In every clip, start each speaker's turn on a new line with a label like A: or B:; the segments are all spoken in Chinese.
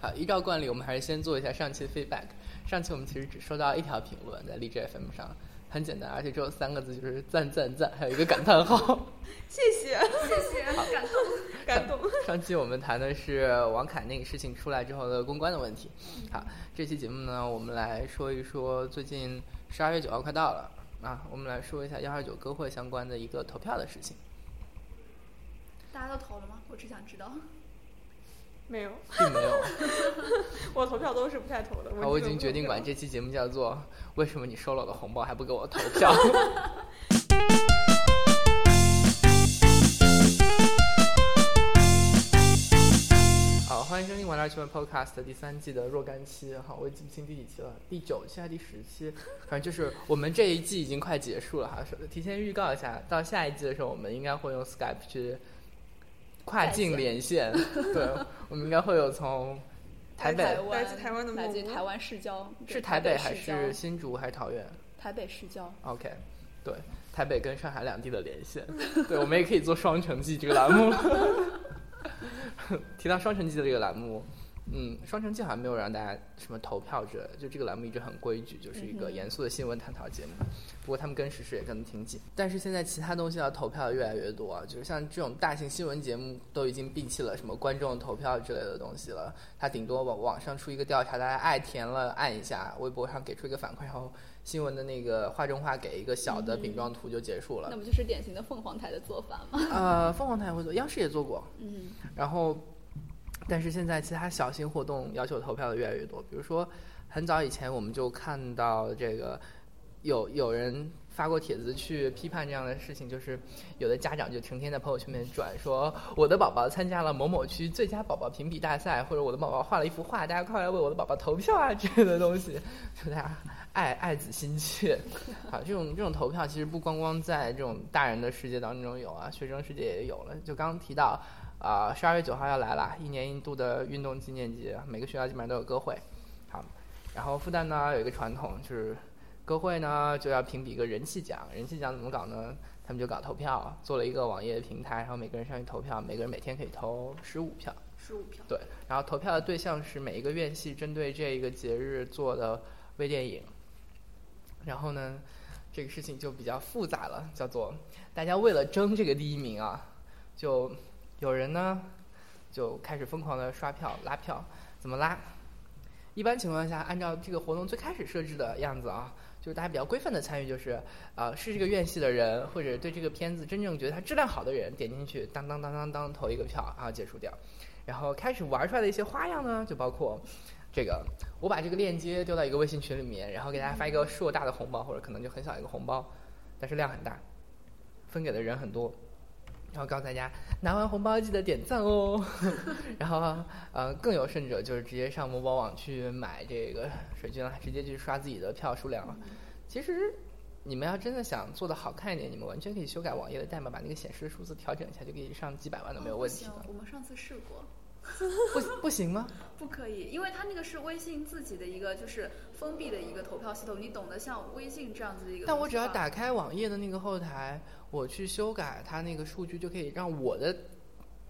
A: 好，依照惯例，我们还是先做一下上期的 feedback。上期我们其实只收到一条评论，在荔枝 FM 上，很简单，而且只有三个字，就是赞赞赞，还有一个感叹号。
B: 谢谢，
C: 谢谢，感
B: 感
C: 动。
B: 动。
A: 上期我们谈的是王凯那个事情出来之后的公关的问题。好，这期节目呢，我们来说一说最近十二月九号快到了啊，我们来说一下幺二九歌会相关的一个投票的事情，
C: 大家都投了吗？我只想知道。
B: 没有，
A: 并没有。
B: 我投票都是不太投的。
A: 好，啊我已
B: 基本
A: 经
B: 不
A: 决定
B: 投
A: 管
B: 票
A: 这期节目叫做“为什么你收了我的红包还不给 我投票”。好，欢迎收听《玩乐趣闻 Podcast》第三季的若干期。好，我已经不清第几期了，第九期还是第十期？反正就是我们这一季已经快结束了哈。说提前预告一下，到下一季的时候，我们应该会用 Skype 去跨
C: 在
A: 境
C: 线
A: 连 线。对，我们应该会有从台北
C: 湾
B: 来自台湾的
C: 来自
B: 某某
C: 台湾市郊，对
A: 是台北还
C: 市郊
A: 是新竹还是桃园
C: 台北市郊？
A: ？OK，对，台北跟上海两地的连 线，对我们也可以做双城记这个栏目。 提到双城记的这个栏目，嗯，双城记好像没有让大家什么投票之类的，就这个栏目一直很规矩，就是一个
C: 嗯哼
A: 严肃的新闻探讨节目。不过他们跟时事也跟得挺紧，但是现在其他东西要投票越来越多啊，就是像这种大型新闻节目都已经摒弃了什么观众投票之类的东西了，它顶多网网上出一个调查，大家爱填了按一下，微博上给出一个反馈，然后新闻的那个画中画给一个小的饼状图就结束了
C: 那。不就是典型的凤凰台的做法吗？
A: 呃，凤凰台也会做，央视也做过，
C: 嗯，
A: 然后，但是现在其他小型活动要求投票的越来越多，比如说很早以前我们就看到这个有有人发过帖子去批判这样的事情，就是有的家长就成天在朋友圈里面转说我的宝宝参加了某某区最佳宝宝评比大赛，或者我的宝宝画了一幅画，大家快来为我的宝宝投票啊之类的东西， 就大家爱爱子心切。啊，这种这种投票其实不光光在这种大人的世界当中有啊，学生世界也有了。就刚刚提到，啊、1十二月九号要来了，一年一度的运动纪念节，每个学校基本上都有歌会。好，然后复旦呢有一个传统，就是歌会呢就要评比一个人气奖，人气奖怎么搞呢？他们就搞投票，做了一个网页平台，然后每个人上去投票，每个人每天可以投十五票。
C: 十五票。
A: 对，然后投票的对象是每一个院系针对这一个节日做的微电影。然后呢，这个事情就比较复杂了，叫做大家为了争这个第一名啊，就有人呢就开始疯狂的刷票拉票，怎么拉？一般情况下，按照这个活动最开始设置的样子啊，就是大家比较规范的参与，就是啊、是这个院系的人或者对这个片子真正觉得它质量好的人点进去，当当当当当投一个票，然后结束掉。然后开始玩出来的一些花样呢，就包括这个，我把这个链接丢到一个微信群里面，然后给大家发一个硕大的红包，或者可能就很小一个红包，但是量很大，分给的人很多。然后告诉大家，拿完红包记得点赞哦。 然后，呃，更有甚者就是直接上某宝网去买这个水军了，直接去刷自己的票数量了。其实，你们要真的想做的好看一点，你们完全可以修改网页的代码，把那个显示的数字调整一下，就可以上几百万都没有问题
C: 哦不
A: 的
C: 行。我们上次试过，
A: 不不行吗？
C: 不可以，因为它那个是微信自己的一个就是封闭的一个投票系统，你懂得像微信这样子的一个。
A: 但我只要，打开网页的那个后台，我去修改它那个数据，就可以让我的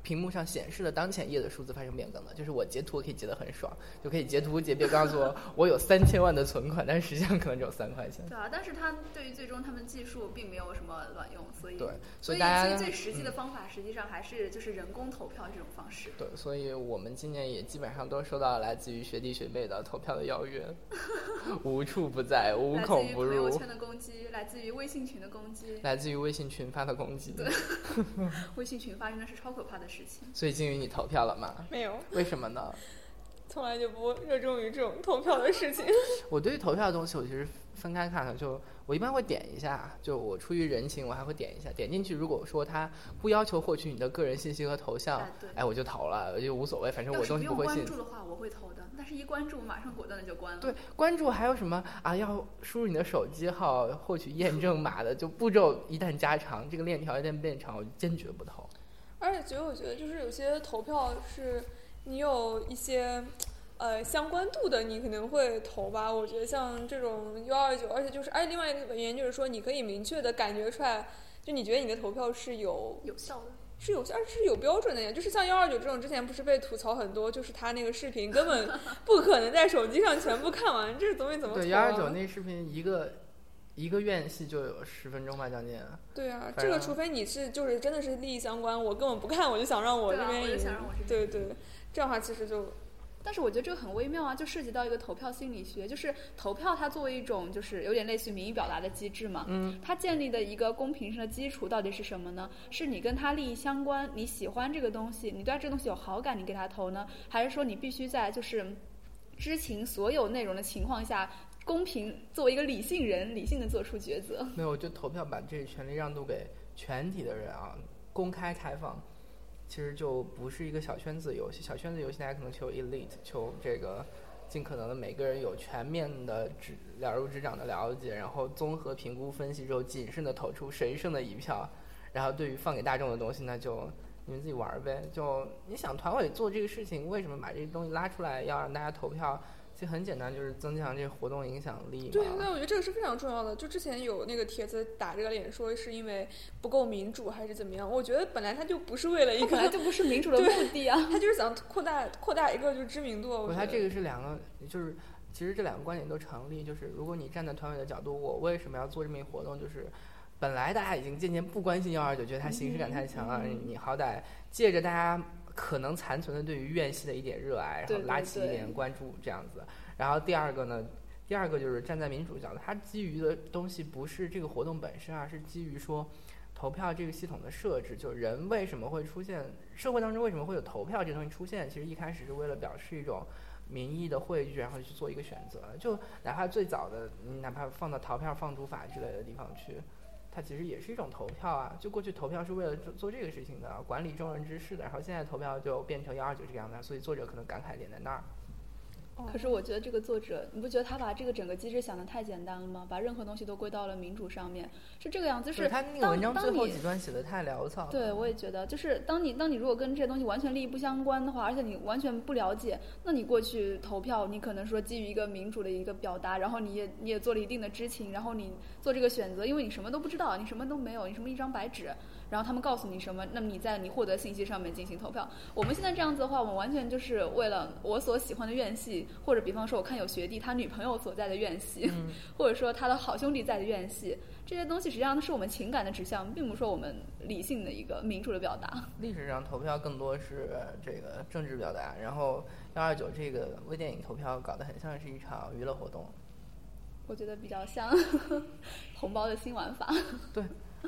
A: 屏幕上显示的当前页的数字发生变更了。就是我截图可以截得很爽，就可以截图截别告诉 我我有三千万的存款，但是实际上可能只有三块钱。
C: 对啊，但是它对于最终他们技术并没有什么卵用，所以
A: 对，
C: 所
A: 所
C: 以
A: 大
C: 所
A: 家嗯
C: 以最实际的方法实际上还是就是人工投票这种方式。
A: 对，所以我们今年也基本上都收到来自于学弟学妹的投票的邀约， 无处不在，无
C: 来自
A: 孔
C: 于
A: 不
C: 朋友
A: 入，
C: 圈的攻击，来自于微信群的攻 击，
A: 来自于微信群发的攻击。
C: 微信群发生的是超可怕的事情。
A: 所以金鱼，你投票了吗？
B: 没有，
A: 为什么呢？
B: 从来就不热衷于这种投票的事情。
A: 我对于投票的东西，我其实分开看的，就我一般会点一下，就我出于人情，我还会点一下。点进去，如果说他不要求获取你的个人信息和头像
C: 哎对，
A: 哎，我就投了，我就无所谓，反正
C: 要
A: 哎我
C: 是
A: 东
C: 不
A: 西不
C: 用
A: 会信
C: 关。注的话，我会投的。但是一关注，我马上果断的就关了。
A: 对，关注还有什么啊？要输入你的手机号获取验证码的，就步骤一旦加长，这个链条一旦变长，我坚决不投。
B: 而且觉得，我觉得就是有些投票是你有一些呃相关度的，你可能会投吧。我觉得像这种幺二九，而且就是，而且另外一个原因就是说，你可以明确的感觉出来，就你觉得你的投票是有
C: 有效的。
B: 是有，而是有标准的呀。就是像幺二九这种，之前不是被吐槽很多，就是他那个视频根 本不可能在手机上全部看完，这东西怎么投啊
A: 对幺二九那视频一个一个院系就有十分钟吧，将近。
B: 对啊，
A: 反
B: 这个
A: 正
B: 除非你是就是真的是利益相关，我根本不看，我就想让我
C: 对
B: 这
C: 啊，
B: 边
C: 我
B: 赢
C: 就，想让我这边
B: 对对，这样的话其实就
C: 但是我觉得这个很微妙啊，就涉及到一个投票心理学，就是投票它作为一种就是有点类似于民意表达的机制嘛，
A: 嗯，
C: 它建立的一个公平性的基础到底是什么呢？是你跟它利益相关，你喜欢这个东西，你对这个东西有好感，你给它投呢？还是说你必须在就是知情所有内容的情况下，公平作为一个理性人，理性的做出抉择？
A: 没有，我就投票把这个权利让渡给全体的人啊，公开开放。其实就不是一个小圈子游戏，小圈子游戏大家可能求 elite，求这个尽可能的每个人有全面的指了如指掌的了解，然后综合评估分析之后，谨慎的投出神圣的一票。然后对于放给大众的东西，那就你们自己玩儿呗。就你想团委做这个事情，为什么把这个东西拉出来要让大家投票？其实很简单，就是增强这个活动影响力嘛。
B: 对啊对，我觉得这个是非常重要的。就之前有那个帖子打这个脸，说是因为不够民主还是怎么样？我觉得本来他就不是为了一
C: 它本来
B: 个，
C: 就不是民主的目的啊。
B: 他就是想扩大扩大一个就是知名度啊。我
A: 不，
B: 觉
A: 他
B: 得
A: 这个是两个，就是其实这两个观点都成立。就是如果你站在团委的角度，我为什么要做这么一个活动？就是本来大家已经渐渐不关心幺二九，觉得它形式感太强了，
C: 嗯
A: 你好歹借着大家可能残存的对于院系的一点热爱，然
C: 对
A: 后
C: 对
A: 拉起一
C: 对
A: 点关注这样子。然后第二个呢？第二个就是站在民主角度，它基于的东西不是这个活动本身，而啊是基于说投票这个系统的设置，就是人为什么会出现，社会当中为什么会有投票这东西出现？其实一开始是为了表示一种民意的汇聚，然后去做一个选择。就哪怕最早的，你哪怕放到逃票、放逐法之类的地方去，它其实也是一种投票啊。就过去投票是为了做做这个事情的，啊管理众人之事的，然后现在投票就变成幺二九这个样子，啊所以作者可能感慨点在那儿。
C: 可是我觉得这个作者，你不觉得他把这个整个机制想得太简单了吗？把任何东西都归到了民主上面，是这个样子。就是
A: 对他那个文章
C: 当
A: 最后
C: 当你
A: 几段写的太潦草了。
C: 对，我也觉得，就是当你当你如果跟这些东西完全利益不相关的话，而且你完全不了解，那你过去投票，你可能说基于一个民主的一个表达，然后你也你也做了一定的知情，然后你做这个选择，因为你什么都不知道，你什么都没有，你什么一张白纸，然后他们告诉你什么，那么你在你获得信息上面进行投票。我们现在这样子的话，我们完全就是为了我所喜欢的院系，或者比方说我看有学弟他女朋友所在的院系，
A: 嗯
C: 或者说他的好兄弟在的院系，这些东西实际上是我们情感的指向，并不是说我们理性的一个民主的表达。
A: 历史上投票更多是这个政治表达，然后幺二九这个微电影投票搞得很像是一场娱乐活 动。
C: 我觉得比较像 红包的新玩法。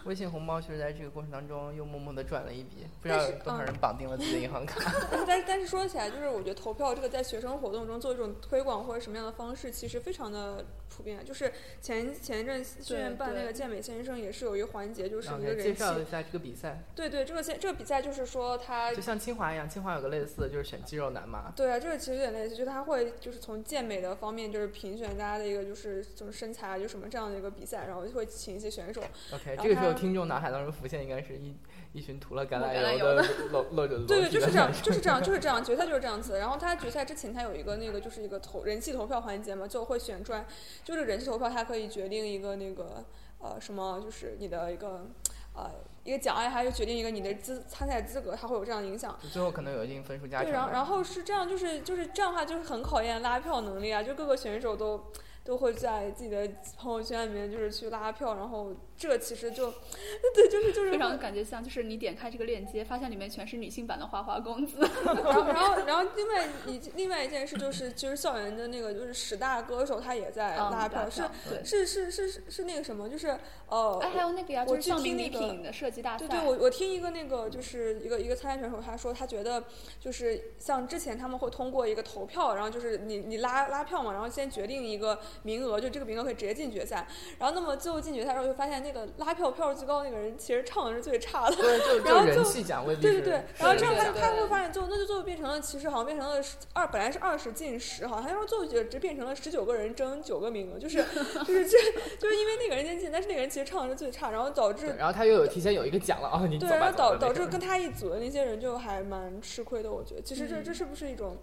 A: 微信红包其实在这个过程当中又默默地赚了一笔，不知道
B: 但是嗯
A: 有多少人绑定了自己的银行卡。
B: 但但是说起来，就是我觉得投票这个在学生活动中做一种推广或者什么样的方式，其实非常的普遍。就是前前一阵训练办
C: 对
B: 那个健美先生也是有一个环节，就是
A: 然后
B: 一
A: 给
B: 个
A: 大家介
B: 人气。
A: 绍一下这个比赛，
B: 对对，这个先这个比赛就是说他
A: 就像清华一样，清华有个类似的就是选肌肉男嘛。
B: 对啊，这个其实有点类似，就是他会就是从健美的方面就是评选大家的一个就是就是身材啊，就什么这样的一个比赛，然后就会请一些选手。
A: OK，
B: 然后
A: 这个时候
B: 他
A: 听众脑海当中浮现应该是一一群涂了橄
C: 抹橄
A: 榄
C: 榄
A: 油的露露 着裸
B: 对对，
A: 体
B: 就
A: 的
B: 是这样
A: 男，生
B: 就是这样，就是这样，决赛就是这样子的。然后他决赛之前，他有一个那个就是一个投人气投票环节嘛，就会选出来，就是人气投票，它可以决定一个那个呃什么，就是你的一个呃一个奖哎，还有决定一个你的资参赛资格，它会有这样的影响。
A: 就 最后可能有一定分数加成
B: 对，然后
A: 的。
B: 然后是这样，就是就是这样的话，就是很考验拉票能力啊，就各个选手都都会在自己的朋友圈里面就是去拉票，然后这个其实就 对，就是就是
C: 非
B: 会
C: 常感觉像，就是你点开这个链接，发现里面全是女性版的花花 公子。
B: 然后，然后，然后，另外一另外一件事就是，其实校园的那个就是十大歌手，他也在
C: 嗯
B: 拉
C: 拉
B: 票，
C: 票对
B: 是是是是是那个什么，就是呃，
C: 哎，还有那个呀，
B: 我
C: 就是
B: 去
C: 校
B: 听
C: 名
B: 那
C: 礼
B: 个
C: 品的设计大赛。
B: 对对，我我听一个那个就是一个一个参赛选手，他说他觉得就是像之前他们会通过一个投票，然后就是你你拉拉票嘛，然后先决定一个名额，就这个名额可以直接进决赛。然后那么最后进决赛的时候，就发现那个拉票票数最高那个人其实唱的是最差的。
A: 对，就
B: 然后
A: 就人
B: 就
A: 气奖未必
B: 对对
A: 是
B: 对，然
A: 谁
B: 后
A: 的
B: 这样
A: 奖
B: 他
C: 对
B: 他会发现最后那就最后变成了，其实好像变成了十二，本来是二十进十，好像然后最后就只变成了十九个人争九个名额，就是就是这 就是因为那个人先进，但是那个人其实唱的是最差，然后导致
A: 对然后他又有提前有一个奖了啊，你
B: 对，
A: 走吧
B: 然后
A: 走吧
B: 导
A: 没
B: 导
A: 事
B: 致
A: 儿
B: 跟他一组的那些人就还蛮吃亏的，我觉得。其实这
C: 嗯
B: 这是不是一种，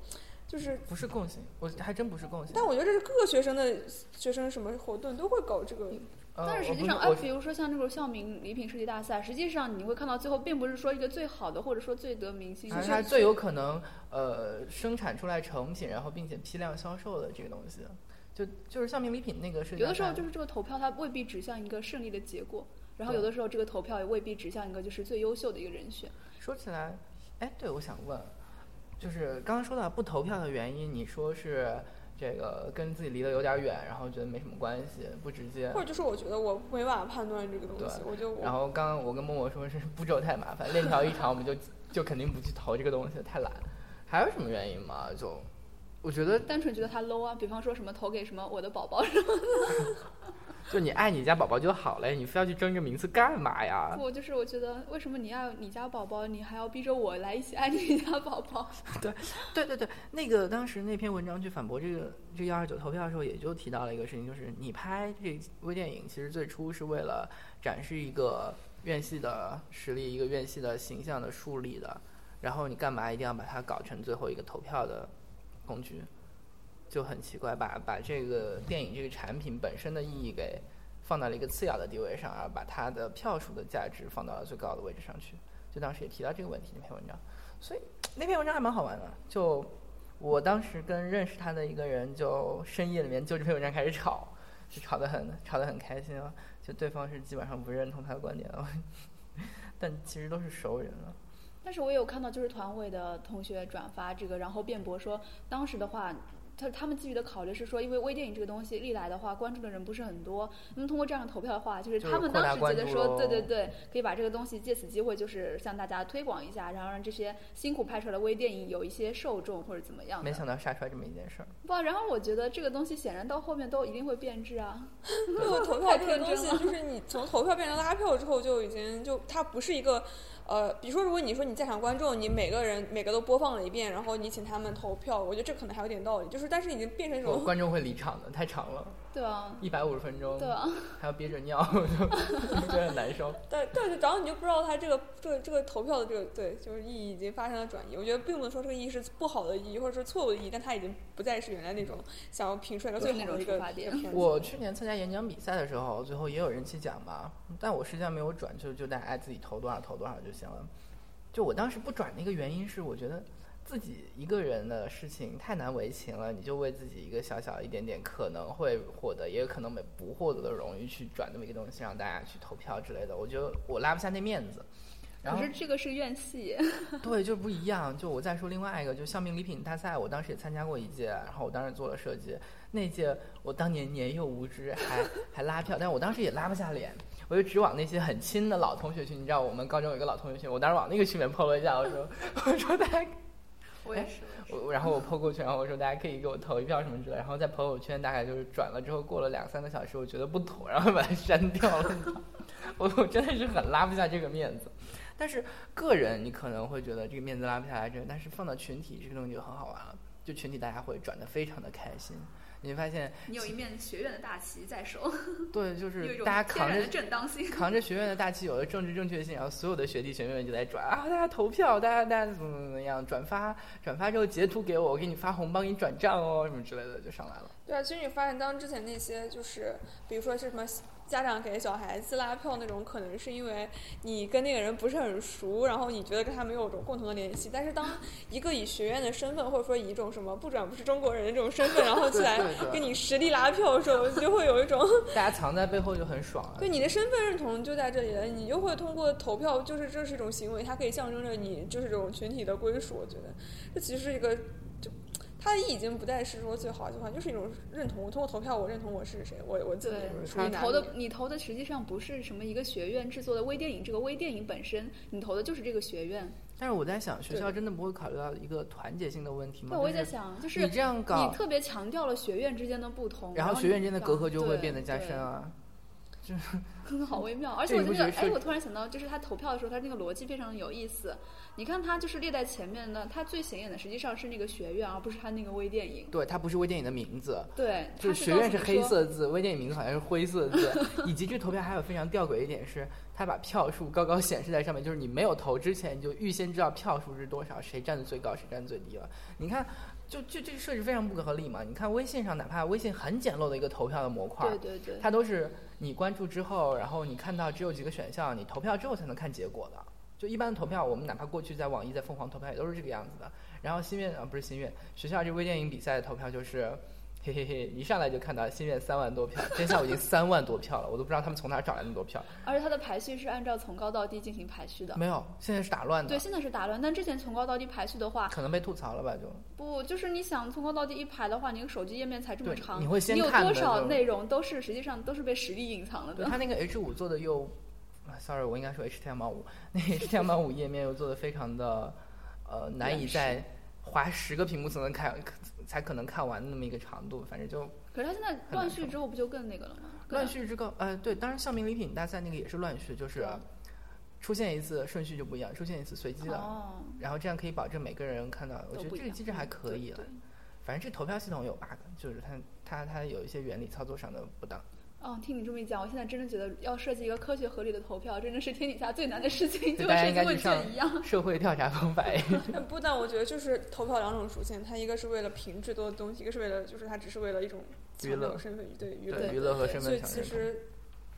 B: 就是，
A: 不是共性，我还真不是共性。
B: 但我觉得这是各个学生的学生什么活动都会搞这个，
A: 呃
C: 但是实际上，
A: 我不
C: 哎，
A: 我
C: 比如说像这种校名礼品设计大赛，实际上你会看到最后，并不是说一个最好的，或者说最得民心，
A: 而
C: 是
A: 是它最有可能呃生产出来成品，然后并且批量销售的这个东西，就就是像名礼品那个是
C: 有的时候就是是这个投票它未必指向一个胜利的结果，然后
A: 对
C: 有的时候这个投票也未必指向一个就是最优秀的一个人选。
A: 说起来，哎，对，我想问，就是刚刚说到不投票的原因，你说是这个跟自己离得有点远，然后觉得没什么关系，不直接
B: 或。者就是我觉得我没办法判断这个东西，
A: 对
B: 我就我
A: 然后刚刚我跟默默说是步骤太麻烦，链条一长我们就就肯定不去投这个东西，太懒。还有什么原因吗？就我觉得
C: 单纯觉得它 low 啊，比方说什么投给什么我的宝宝，
A: 就你爱你家宝宝就好了，你非要去争这名次干嘛呀？
C: 我就是我觉得为什么你爱你家宝宝，你还要逼着我来一起爱你家宝宝？
A: 对对对，那个当时那篇文章去反驳这个这幺二九投票的时候，也就提到了一个事情，就是你拍这微电影，其实最初是为了展示一个院系的实力，一个院系的形象的树立的，然后你干嘛一定要把它搞成最后一个投票的工具，就很奇怪，把把这个电影这个产品本身的意义给放到了一个次要的地位上，而把它的票数的价值放到了最高的位置上去。就当时也提到这个问题那篇文章，所以那篇文章还蛮好玩的。就我当时跟认识他的一个人，就深夜里面就这篇文章开始吵，就吵得很吵得很开心啊。就对方是基本上不认同他的观点了， 但其实都是熟人了。
C: 但是我也有看到，就是团委的同学转发这个，然后辩驳说，当时的话，他他们基于的考虑是说，因为微电影这个东西历来的话，关注的人不是很多，那么通过这样的投票的话，就是
A: 就是
C: 他们当时
A: 扩
C: 觉
A: 大关
C: 得
A: 注咯
C: 说，对对对， 可以把这个东西借此机会就是向大家推广一下，然后让这些辛苦拍出来的微电影有一些受众或者怎么样的。
A: 没想到杀出来这么一件事儿，
C: 不，然后我觉得这个东西显然到后面都一定会变质啊。
B: 那个投
C: 太
B: 票这个东
C: 天真
B: 西，就是你从投票变成拉票之后，就已经就它不是一个，呃，比如说如果你说你在场观众，你每个人每个都播放了一遍，然后你请他们投票，我觉得这可能还有点道理，就是但是已经变成一
C: 哦
A: 我
B: 种，
A: 观众会离场的，太长了，
C: 对啊，
A: 一百五十分钟
C: 对，啊。
A: 还要憋着尿， 就就觉得很难受。
B: 但但是然后你就不知道它这个这个这个投票的这个对，就是意义已经发生了转移。我觉得并不能说这个意义是不好的意义，或者是错误的意义，但它已经不再是原来那种想要评出来的
C: 对
B: 最
C: 那
B: 好
C: 种
B: 的一
C: 出
B: 个
C: 发
B: 一个
C: 点
B: 片子
A: 我去年参加演讲比赛的时候，最后也有人气奖嘛，但我实际上没有转，就就大家爱自己投多少投多少就行了。就我当时不转的一个原因是，我觉得自己一个人的事情太难为情了，你就为自己一个小小一点点可能会获得，也可能没不获得的荣誉去转那么一个东西，让大家去投票之类的。我觉得我拉不下那面子。然
C: 可
A: 后
C: 是这个是院系，
A: 对，就不一样。就我再说另外一个，就校名礼品大赛，我当时也参加过一届，然后我当时做了设计。那届我当年年幼无知，还还拉票，但是我当时也拉不下脸，我就只往那些很亲的老同学群。你知道我们高中有一个老同学群，我当时往那个群里面 PO 了一下，我说 我说大家，
C: 我
A: 也
C: 是。
A: 哎我然后我 PO 过去，然后我说大家可以给我投一票什么之类的，然后在朋友圈大概就是转了之后，过了两三个小时，我觉得不妥，然后把它删掉了。 你知道我我真的是很拉不下这个面子。但是个人你可能会觉得这个面子拉不下来，这但是放到群体这个东西就很好玩了，就群体大家会转的非常的开心。你会发现，
C: 你有一面学院的大旗在手，
A: 对，就
C: 有一
A: 是
C: 种
A: 大家
C: 天
A: 扛
C: 然
A: 着
C: 的正当性。
A: 扛着学院的大旗，有了政治正确性，然后所有的学弟学妹们就在转啊，大家投票，大家大家怎么怎么样，转发转发之后截图给我，我给你发红包，给你转账哦，什么之类的就上来了。
B: 对啊，其实你发现，当之前那些就是，比如说是什么家长给小孩子拉票那种，可能是因为你跟那个人不是很熟，然后你觉得跟他没有种共同的联系。但是当一个以学院的身份，或者说以一种什么不转不是中国人的这种身份，然后起
A: 对
B: 来
A: 对对
B: 跟你实力拉票的时候，就会有一种
A: 大家藏在背后就很爽啊。
B: 对你的身份认同就在这里了，你就会通过投票，就是这是一种行为，它可以象征着你就是这种群体的归属。我觉得这其实是一个，就它已经不再是说最好的情况，就是一种认同。通过投票，我认同我是谁，我我自己
C: 对
B: 属于
C: 你
B: 哪
C: 投
B: 里
C: 的，你投的实际上不是什么一个学院制作的微电影，这个微电影本身，你投的就是这个学院。
A: 但是我在想，学
B: 对
A: 校真的不会考虑到一个团结性的问题吗？
C: 对，我也在
A: 就是
C: 想，就是
A: 你这样
C: 你
A: 搞，
C: 特别强调了学院之间的不同，
A: 然
C: 后
A: 后学院之间的
C: 你
A: 隔阂就会
C: 对
A: 变得加深啊。
C: 对好微妙。 而
A: 这
C: 且我
A: 你不
C: 觉得
A: 觉
C: 那个，
A: 得
C: 哎，
A: 设
C: 我突然想到，就是他投票的时候，他那个逻辑非常有意思。你看他就是列在前面的，他最显眼的实际上是那个学院，而不是他那个微电影。
A: 对，它不是微电影的名字，
C: 对，
A: 就
C: 他
A: 是学
C: 告
A: 院
C: 诉
A: 是
C: 你
A: 黑
C: 说
A: 色字，微电影名字好像是灰色字。以及这投票还有非常吊诡一点是，它把票数高高显示在上面，就是你没有投之前，你就预先知道票数是多少，谁占的最高，谁占得最低了。你看，就就这个设置非常不合理嘛。你看微信上，哪怕微信很简陋的一个投票的模块，
C: 对对对，
A: 它都是你关注之后，然后你看到只有几个选项，你投票之后才能看结果的。就一般的投票，我们哪怕过去在网易、在凤凰投票也都是这个样子的。然后新院啊，不是新院，学校这微电影比赛的投票就是，嘿嘿嘿，一上来就看到新院三万多票，今天下午已经三万多票了，我都不知道他们从哪儿找来那么多票。
C: 而且它的排序是按照从高到低进行排序的。
A: 没有，现在是打乱的
C: 对，，现在是打乱，但之前从高到低排序的话，
A: 可能被吐槽了吧？就
C: 不就是你想从高到低一排的话，你的手机页面才这么
A: 对
C: 长，
A: 你会先
C: 有
A: 看
C: 多
A: 的
C: 少
A: 就
C: 内容都是实际上都是被实力隐藏了
A: 对
C: 的。
A: 他那个 H 五做的又啊，sorry，我应该说 HTML 五，那 HTML 五页面又做的非常的呃难以
C: 原
A: 在划十个屏幕才能看才可能看完那么一个长度，反正就
C: 可是它现在
A: 难
C: 乱序
A: 受
C: 之后不就更那个了吗？更
A: 乱序之后，呃，对，当然校名礼品大赛那个也是乱序，就是
C: 对
A: 出现一次顺序就不一样，出现一次随机的，
C: 哦，
A: 然后这样可以保证每个人看到。我
C: 都
A: 觉得
C: 不一
A: 这个
C: 样
A: 机制还
C: 嗯
A: 可以了
C: 对。对
A: 反正这投票系统有 bug，就是它它它有一些原理操作上的不当。
C: 哦，听你这么一讲，我现在真的觉得要设计一个科学合理的投票，真的是天底下最难的事情，就
A: 对
C: 和
A: 大家
C: 设
A: 应
C: 计
A: 该去
C: 问
A: 上
C: 卷一 样。
A: 社会调查公版
B: 但不但我觉得就是投票两种属性，它一个是为了评最多的东西，一个是为了就是它只是为了一种
A: 娱乐
B: 强调身份对娱乐
A: 对
C: 对
A: 娱乐和身
B: 所
A: 份
B: 以
A: 强
B: 其
A: 制。
B: 实，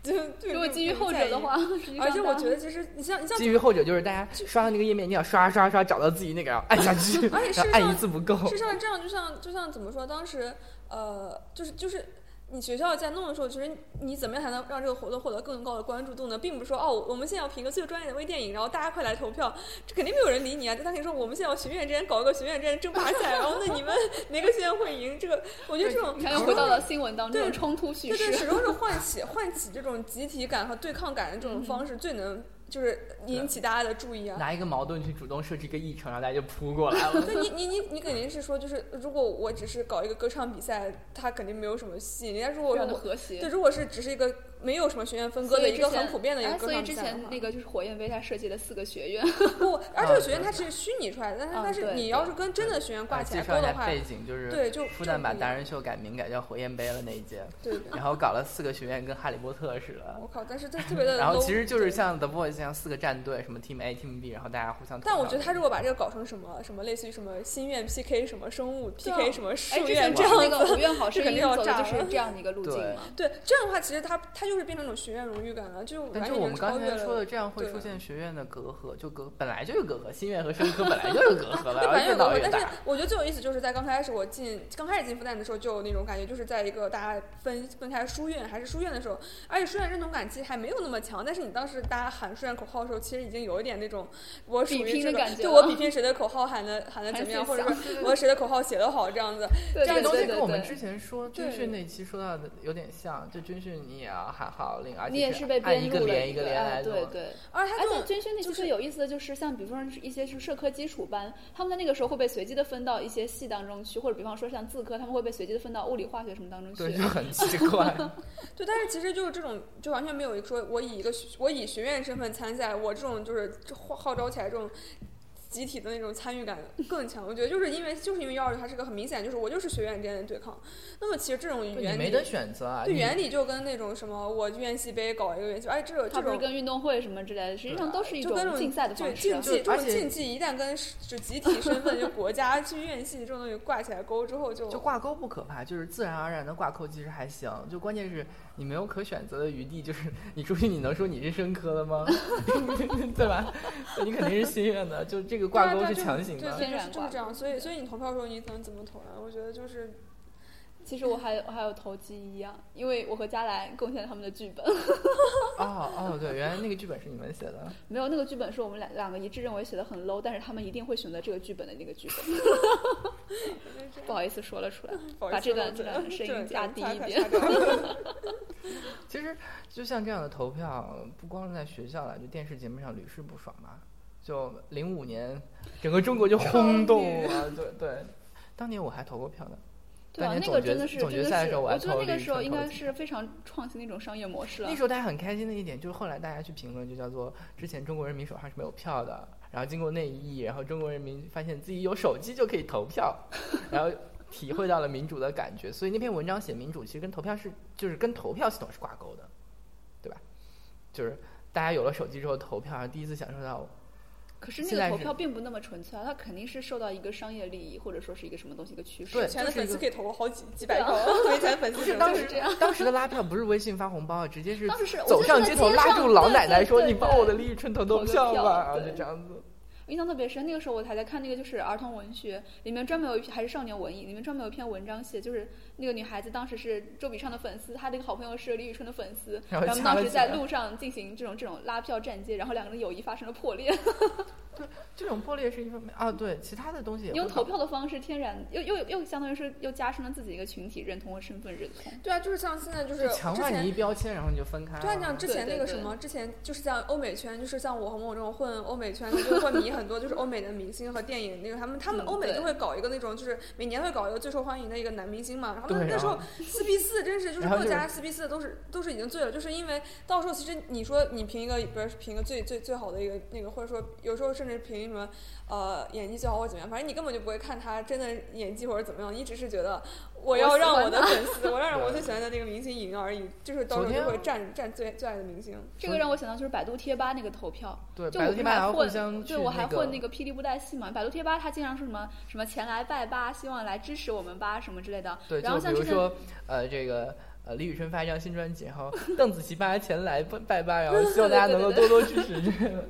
B: 就对，
C: 如果基于后者的，话，实际
B: 而且
C: 上
B: 我
C: 大
B: 觉得其实你像你像
A: 基于后者就是大家刷到那个页面，你要刷刷刷找到自己那个，然后按下去，
B: 而且
A: 然
B: 事
A: 后
B: 实
A: 按一
B: 上
A: 次不够。
B: 事实上这样就像就像怎么说，当时呃就是就是。你学校在弄的时候，其实你怎么样才能让这个活动获得更高的关注度呢？并不是说哦，我们现在要评个最专业的微电影，然后大家快来投票，这肯定没有人理你啊！但他可以说我们现在要学院之间搞一个学院之间争霸赛，然后那你们哪个学院会赢？这个我觉得这种
C: 你看又回到了新闻当中
B: 对
C: 这种冲突叙
B: 对对，
C: 事。
B: 始终是唤起唤起这种集体感和对抗感的这种方式，最能就是引起大家的注意啊。
A: 拿一个矛盾去主动设置一个议程，然后大家就扑过 来了。
B: 那你你你你肯定是说，就是如果我只是搞一个歌唱比赛，它肯定没有什么吸引力。但如果
C: 非常的
B: 我
C: 和谐，
B: 对，如果是只是一个没有什么学院分割
C: 所
B: 的
C: 以
B: 一
C: 之
B: 个
C: 前
B: 很普遍的一个
C: 哎
B: 歌
C: 所以
B: 唱
C: 之
B: 比赛
C: 前
B: 的话
C: 那，个就是火焰杯，它设计了四个学院，
B: 不，
A: 啊
B: 而这个学院
A: 对
B: 它是虚拟出来的，但是
C: 啊
B: 但是
C: 对
B: 你
C: 对
B: 要是跟真的学院挂
A: 啊
B: 起来
A: 介
B: 钩
A: 绍一
B: 的
A: 下
B: 话，
A: 背景，就是
B: 对就
A: 复旦
B: 就
A: 把
B: 不一
A: 达
B: 样
A: 人秀改名改叫火焰杯了那一届，
B: 对对。
A: 然后搞了四个学院，跟哈利波特似的。
B: 我靠！但是它特别的 low。
A: 然后其实就是
B: 对
A: 像 The Voice 一样四个战队，什么 Team A、Team B，然后大家互相。
B: 但我觉得他如果把这个搞成什么什么类似于什么心愿 PK 什么生物
C: 对啊
B: PK 什么
C: 哎，
B: 树
C: 之
B: 愿这
C: 前不是
B: 样
C: 那个
B: 子，
C: 五院 好
B: 这
C: 声
B: 肯
C: 音
B: 定要
C: 走
B: 炸
C: 的
B: 了
C: 就是这样的一个路径嘛。
B: 对这样的话，其实他他就是变成一种学院荣誉感了，就
A: 但
B: 完
A: 就
B: 全
A: 我
B: 已
A: 们
B: 经
A: 刚
B: 超越
A: 才
B: 了。
A: 说的，这样会
B: 对
A: 出现学院的隔阂，就隔本来就有隔阂，新院和生科本来就有隔 阂了，
B: 对，
A: 然后
B: 反正
A: 越
B: 有
A: 闹
B: 个，
A: 越
B: 但是
A: 大。
B: 我觉得最有意思就是在刚开始我进刚开始进复旦的时候，就有那种感觉，就是在一个大家分分开书院还是书院的时候，而且书院认同感其实还没有那么强，但是你当时大家喊书院口号的时候，其实已经有一点那种我属
C: 比
B: 于
C: 拼
B: 这
C: 的
B: 个
C: 感觉
B: 对我
C: 了
B: 比拼谁的口号喊的喊的
C: 还
B: 怎么
C: 是
B: 样，或者
C: 想
B: 说我谁的口号写得好这样子，
C: 对
A: 这
C: 对
A: 个东西
C: 对
A: 跟
C: 对
A: 我们
C: 对
A: 之前说军
B: 对
A: 训那期说到的有点像，就军训你也要喊号令，而且
C: 你也是被
A: 按一
C: 编
A: 个
C: 入了
A: 连一个连
C: 哎
A: 来
C: 对
A: 弄。
C: 对。
B: 而且他
C: 而
B: 这
C: 且
B: 种
C: 军训那期最有意思的就是，像比方说一些是社科基础班，他们在那个时候会被随机的分到一些系当中去，或者比方说像自科，他们会被随机的分到物理、化学什么当中
A: 对，
C: 去
A: 就。 很奇怪。
B: 对，但是其实就是这种，就完全没有一个说我以一个学我以学院身份参赛，我这种就是这号号召起来这种集体的那种参与感更强。我觉得就是因为就是因为幺二六它是个很明显就是我就是学院之间的对抗。那么其实这种
A: 对你
B: 原
A: 没
B: 理
A: 得选择啊。
B: 对
A: 你
B: 原理就跟那种什么我院系杯搞一个院系，哎，这种
C: 它
B: 这
C: 不是
B: 种
C: 跟运动会什么之类的，实际上都是一
B: 就跟这
C: 种
B: 种
C: 竞赛的
B: 对
C: 方式啊
B: 竞。技这
A: 就而
B: 种
A: 且
B: 竞技一旦跟是就集体身份就国家去院系这种东西挂起来钩之后就
A: 就挂钩不可怕，就是自然而然的挂钩其实还行。就关键是你没有可选择的余地，就是你出去你能说你是生科的吗？ 对吧？ 你肯定是心愿的，就这个挂钩是强行
B: 对啊
A: 的。
B: 对
C: 天
B: 啊
C: 然
B: 就
C: 挂
B: 是这样。所以所以你投票的时候你能怎么投呢？我觉得就是
C: 其实我还有我还有投机一样，因为我和佳来贡献了他们的剧本，
A: 哦哦，对，原来那个剧本是你们写的。
C: 没有那个剧本是我们两两个一致认为写的很 low，但是他们一定会选择这个剧本的那个剧本。不好意思说了出来，
B: 不好意
C: 把
B: 思
C: 这段
B: 漏嘴
C: 这段声音加低一。
B: 对 对对擦擦擦擦
A: 其实就像这样的投票，不光是在学校了，就电视节目上屡试不爽嘛。就零五年，整个中国就轰动了，对对。当年我还投过票呢，
C: 对啊
A: 当，年
C: 那个
A: 总决
C: 真的是
A: 总
C: 真
A: 决
C: 的
A: 赛的时
C: 是，
A: 候我
C: 我
A: 还
C: 觉得
A: 投
C: 那个
A: 了一
C: 时候
A: 份
C: 应
A: 投
C: 该
A: 资
C: 是非常创新的一种商业模式了
A: 那。时候大家很开心的一点，就是后来大家去评论，就叫做之前中国人民手上是没有票的，然后经过那一役，然后中国人民发现自己有手机就可以投票，然后体会到了民主的感觉。所以那篇文章写民主，其实跟投票是就是跟投票系统是挂钩的，对吧？就是大家有了手机之后投票，然后第一次享受到
C: 可是那
A: 现在
C: 个
A: 是
C: 投票并不那么纯粹啊，它肯定是受到一个商业利益或者说是一个什么东西一个驱使。
A: 对
B: 有钱的
A: 就是一
B: 粉
A: 个
B: 丝可以投好几几百
C: 对啊
B: 票，没钱的粉丝
A: 不
B: 只
A: 是
B: 能
A: 当
B: 就
A: 时
C: 这样
A: 当时的拉票不是微信发红包啊，直接是
C: 当时是我
A: 走
C: 就是
A: 上
C: 在
A: 街头
C: 街
A: 拉
C: 上
A: 住老
C: 对
A: 奶奶
C: 对
A: 说：“
C: 对
A: 你帮
C: 对
A: 我的立春投
C: 投
A: 投
C: 个
A: 票
C: 票
A: 吧。”啊就
C: 对
A: 这样子。
C: 印象特别深，那个时候我还在看那个就是儿童文学，里面专门有一篇还是少年文艺，里面专门有一篇文章写，就是那个女孩子当时是周笔畅的粉丝，她的一个好朋友是李宇春的粉丝，
A: 然
C: 然
A: 后
C: 后他们
A: 掐了
C: 当时
A: 起
C: 在
A: 来
C: 路上进行这种这种拉票站街，然后两个人友谊发生了破裂，
A: 这种破裂是一方面啊，对，其他的东 西也
C: 用
A: 会
C: 投
A: 搞
C: 票的方式天然又又又相当于是又加深了自己一个群体认同和身份认同。
B: 对啊，就是像现在就是
A: 就强
B: 之
A: 化你
B: 前
A: 一标签，然后你就分开了。
B: 对啊，你像之前
C: 对
B: 那个
C: 对
B: 什
C: 对
B: 么，之前就是像欧美圈，就是像我和某某这种混欧美圈的，就会迷很多，就是欧美的明星和电影那个他们，他们
C: 嗯
B: 欧美就
C: 对
B: 会搞一个那种，就是每年会搞一个最受欢迎的一个男明星嘛。然后那
A: 对
B: 那时
C: 啊
B: 候
A: 然
B: 四比四真 是就是
A: 然后
B: 各
A: 就是
B: 家四比四都是都是已经醉了，就是因为到时候其实你说你评一个不是评一个最最最好的一个那个，或者说有时候甚至评什么呃演技最好或者怎么样，反正你根本就不会看他真的演技或者怎么样，你只是觉得我
C: 我
B: 要
C: 喜
B: 让
C: 欢
B: 我的粉丝，我让我
A: 对
B: 最喜欢的那个明星赢而已，就是
A: 昨
B: 到时候就
A: 天
B: 会站站最最爱的明星。
C: 这个让我想到就是百度贴吧那个投票，
A: 对，
C: 就
A: 百
C: 我
A: 度
C: 不
A: 贴
C: 是
A: 吧然
C: 还
A: 后互
C: 混，
A: 相去
C: 对我还混
A: 那
C: 那个霹雳布袋戏嘛。百度贴吧它经常说什么什么前来拜吧，希望来支持我们吧什么之类的。
A: 对，
C: 然后
A: 就
C: 像
A: 比
C: 之
A: 如
C: 前
A: 说呃这个。呃，李宇春发一张新专辑，然后邓紫棋吧前来拜拜啊吧，然后希望大家能够多多支 持这个。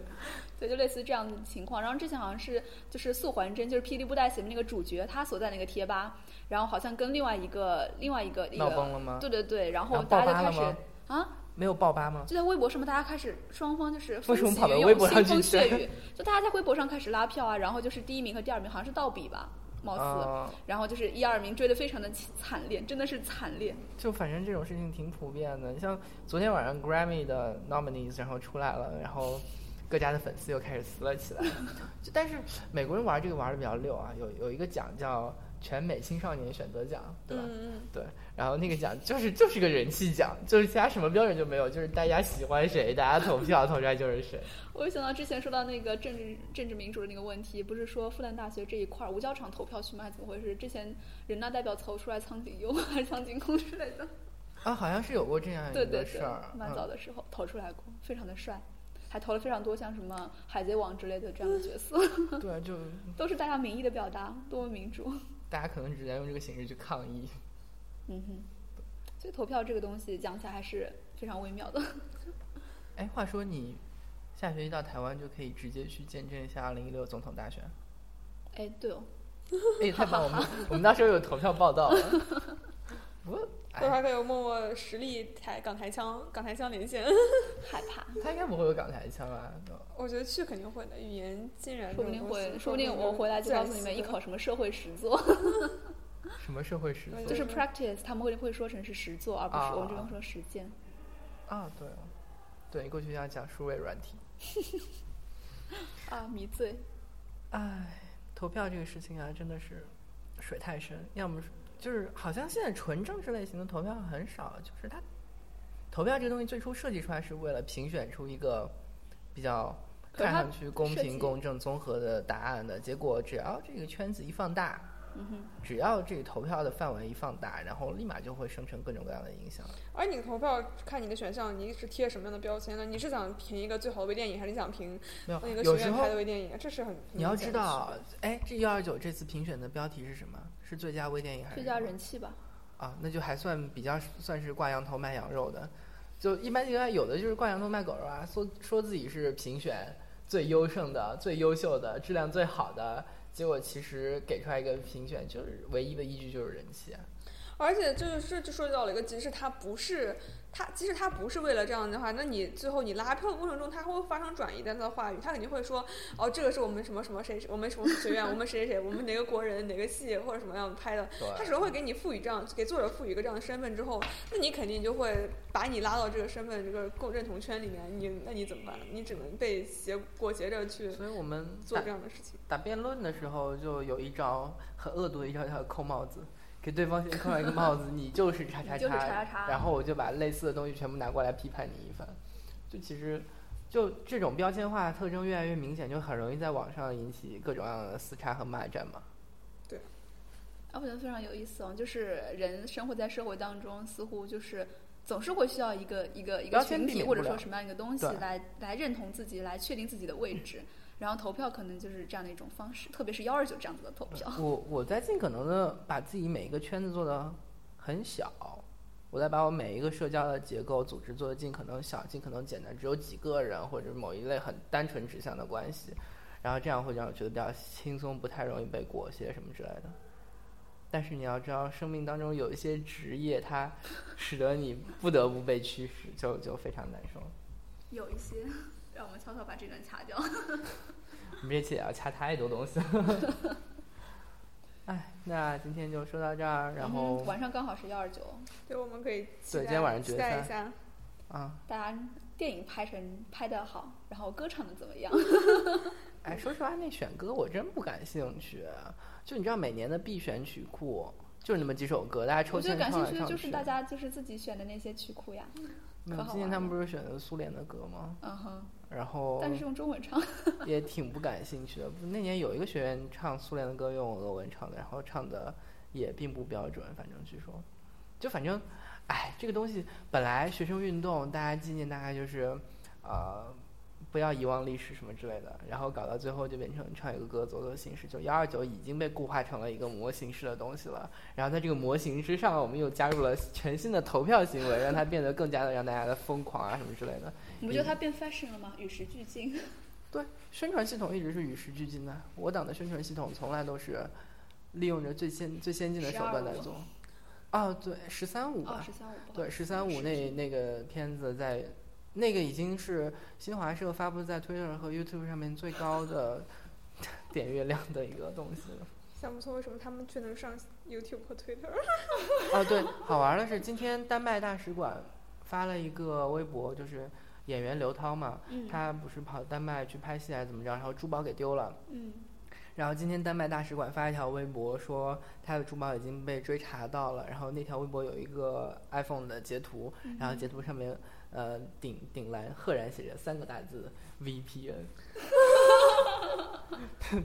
C: 对，就类似这样的情况。然后之前好像是就是素还真，就是《霹雳布袋戏》里面那个主角，他所在那个贴吧，然后好像跟另外一个另外一个一
A: 闹崩
C: 个，
A: 了吗？
C: 对对对，然
A: 然
C: 后
A: 后
C: 大
A: 爆
C: 家
A: 发
C: 就
A: 了
C: 开始
A: 吗
C: 啊，
A: 没有爆吧吗？
C: 就在微博上面，大家开始双方就是风
A: 为什么
C: 起
A: 跑到
C: 云涌
A: 微博上
C: 腥风
A: 去讲
C: 血 雨，就大家在微博上开始拉票啊，然后就是第一名和第二名好像是倒比吧，貌似，
A: 啊，
C: 然后就是一二名追的非常的惨烈，真的是惨烈。
A: 就反正这种事情挺普遍的。你像昨天晚上 Grammy 的 nominees 然后出来了，然后各家的粉丝又开始撕了起来。 就但是美国人玩这个玩的比较溜啊，有有一个奖叫全美青少年选择奖，对吧？
B: 嗯
A: 对，然后那个奖就是就是个人气奖，就是其他什么标准就没有，就是大家喜欢谁，大家投票投出来就是谁。
C: 我又想到之前说到那个政治政治民主的那个问题，不是说复旦大学这一块儿五角场投票去吗？还是怎么回事？之前人大代表投出来苍井优还是苍井空之 类的，
A: 啊，好像是有过这样
C: 对
A: 一
C: 对
A: 个事
C: 对
A: 儿，，
C: 蛮早
A: 嗯。
C: 的时候投出来过，非常的帅，还投了非常多像什么海贼王之类的这样的角色，
A: 对，啊就
C: 都是大家民意的表达，多么民主。
A: 大家可能只能用这个形式去抗议。
C: 嗯哼，所以投票这个东西讲起来还是非常微妙的。
A: 哎，话说你下学期到台湾就可以直接去见证一下2016总统 大选，
C: 哎，对哦，
A: 哎，太棒了！我们 我们到时候有投票报道啊了。不过，
B: 嗯，会
A: 哎，
B: 还可以有默默实力台港台腔港台腔连线，
C: 害怕，
A: 他应该不会有港台腔啊吧？
B: 我觉得去肯定会的，语言浸染这
C: 说不
B: 种
C: 定
B: 东西
C: 会，说不定我回来就告诉你们一。口什么社会实作。
A: 什么社会实
B: 对
A: 作
C: 就是
B: 嗯
C: practice，他们会会说成是实做，而不
A: 啊
C: 是我们这边说实践。
A: 啊？对哦，对，你过去要讲数位软体。
C: 啊，迷醉，
A: 唉，哎投票这个事情啊，真的是水太深，要么是就是好像现在纯政治类型的投票很少，就是它投票这个东西最初设计出来是为了评选出一个比较
C: 可
A: 看
C: 它
A: 上去公
C: 设
A: 平、
C: 计
A: 公正、综合的答案的，结果只要这个圈子一放大，
C: 嗯哼，
A: 只要这个投票的范围一放大，然后立马就会生成各种各样的影响。
B: 而你投票看你的选项，你是贴什么样的标签呢？你是想评一个最好的微电影，还是你想评
A: 没
B: 那
A: 有，
B: 个学
A: 有时
B: 院
A: 候
B: 拍的微电影啊？这是很
A: 你要知，道，哎，这幺二九这次评选的标题是什么？是最佳微电影还是
C: 最
A: 什
C: 佳
A: 么
C: 人气吧。
A: 啊，那就还算比较算是挂羊头卖羊肉的，就一般应该有的就是挂羊头卖狗肉啊，说说自己是评选最优胜的、最优秀的、质量最好的，结果其实给出来一个评选就是唯一的依据就是人气啊。
B: 而且就是这就说到了一个，即使他不是他，即使他不是为了这样的话，那你最后你拉票的过程中，他会发生转移的他的话语，他肯定会说，哦，这个是我们什么什么谁，我们什么学院，我们谁谁谁，我们哪个国人哪个系或者什么样拍的，
A: 对，
B: 他只会给你赋予这样，给作者赋予一个这样的身份之后，那你肯定就会把你拉到这个身份这个共认同圈里面，你那你怎么办？你只能被挟裹挟着去
A: 所以我们
B: 做
A: 打
B: 这样的事情。
A: 打辩论的时候就有一招很恶毒的一招叫扣帽子。给对方先扣上一个帽子， 你就是叉叉
C: 你就是叉叉
A: 叉，
C: 叉
A: 然后我就把类似的东西全部拿过来批判你一番。就其实，就这种标签化特征越来越明显，就很容易在网上引起各种各样的撕叉和骂战嘛。
C: 啊，我觉得非常有意思哦，就是人生活在社会当中，似乎就是总是会需要一个一个一个
A: 标签
C: 群
A: 避
C: 体
A: 免
C: 或者
A: 不了
C: 说什么样一个东西
A: 对嗯
C: 来来认同自己，来确定自己的位置。 然后投票可能就是这样的一种方式，特别是幺二九这样子的投票。
A: 我我在尽可能的把自己每一个圈子做的很小，我在把我每一个社交的结构组织做的尽可能小、尽可能简单，只有几个人或者某一类很单纯指向的关系，然后这样会让我觉得比较轻松，不太容易被裹挟什么之类的。但是你要知道，生命当中有一些职业，它使得你不得不被驱使，就就非常难受。
C: 有一些，让我们悄悄把这段掐掉。
A: 我们这期也要掐太多东西了。 哎，那今天就说到这儿， 然后
C: 嗯晚上刚好是幺二九，
B: 对，我们可以期
A: 对
B: 待
A: 今天晚上
B: 期
A: 决
B: 待一
A: 赛
B: 下。
A: 啊，
C: 大家电影拍成拍的好，然后歌唱的怎么样？
A: 哎，说实话，那选歌我真不感兴趣。就你知道，每年的必选曲库就是那么几首歌，大家 抽
C: 我觉
A: 签
C: 得感
A: 唱
C: 兴
A: 来
C: 趣的
A: 唱
C: 就是
A: 去
C: 大家就是自己选的那些曲库呀。
A: 没有
C: 可好
A: 今年
C: 玩
A: 他们
C: 了
A: 不是选的苏联的歌吗？
C: 嗯哼，
A: 然后
C: 但是用中文唱。
A: 也挺不感兴趣的。不那年有一个学员唱苏联的歌，用俄文唱的，然后唱的也并不标准，反正据说，就反正，哎，这个东西本来学生运动，大家纪念大概就是，呃，不要遗忘历史什么之类的，然后搞到最后就变成唱一个歌走走形式，就幺二九已经被固化成了一个模型式的东西了。然后在这个模型之上，我们又加入了全新的投票行为，让它变得更加的让大家的疯狂啊什么之类的。
C: 你不觉得它变 fashion 了吗？与时俱进。
A: 对，宣传系统一直是与时俱进的。我党的宣传系统从来都是利用着最先最先进的手段来
C: 15
A: 做。啊，对，十三五
C: 哦，
A: 吧，
C: 十三五不好
A: 对，
C: 意思
A: 十三五那那个片子在那个已经是新华社发布在 Twitter 和 YouTube 上面最高的 点阅量的一个东西了。
B: 想不通为什么他们却能上 YouTube 和 Twitter。
A: 哦，对，好玩的是今天丹麦大使馆发了一个微博，就是演员刘涛嘛，
C: 嗯
A: 他不是跑丹麦去拍戏还是怎么着，然后珠宝给丢了。
C: 嗯，
A: 然后今天丹麦大使馆发一条微博说他的珠宝已经被追查到了，然后那条微博有一个 iPhone 的截图，然后截图上面呃顶顶栏赫然写着三个大字 VPN，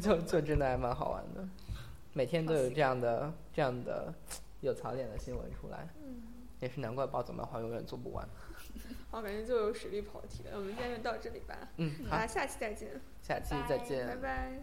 A: 就就真的还蛮好玩的，每天都有这样的这样的有槽点的新闻出来，
B: 嗯，
A: 也是难怪暴走漫画永远做不完。
B: 好，感觉就有实力跑题了。我们今天就到这里吧，
A: 嗯，好
B: 大，家下期再见，
A: 下期再见，
B: 拜拜。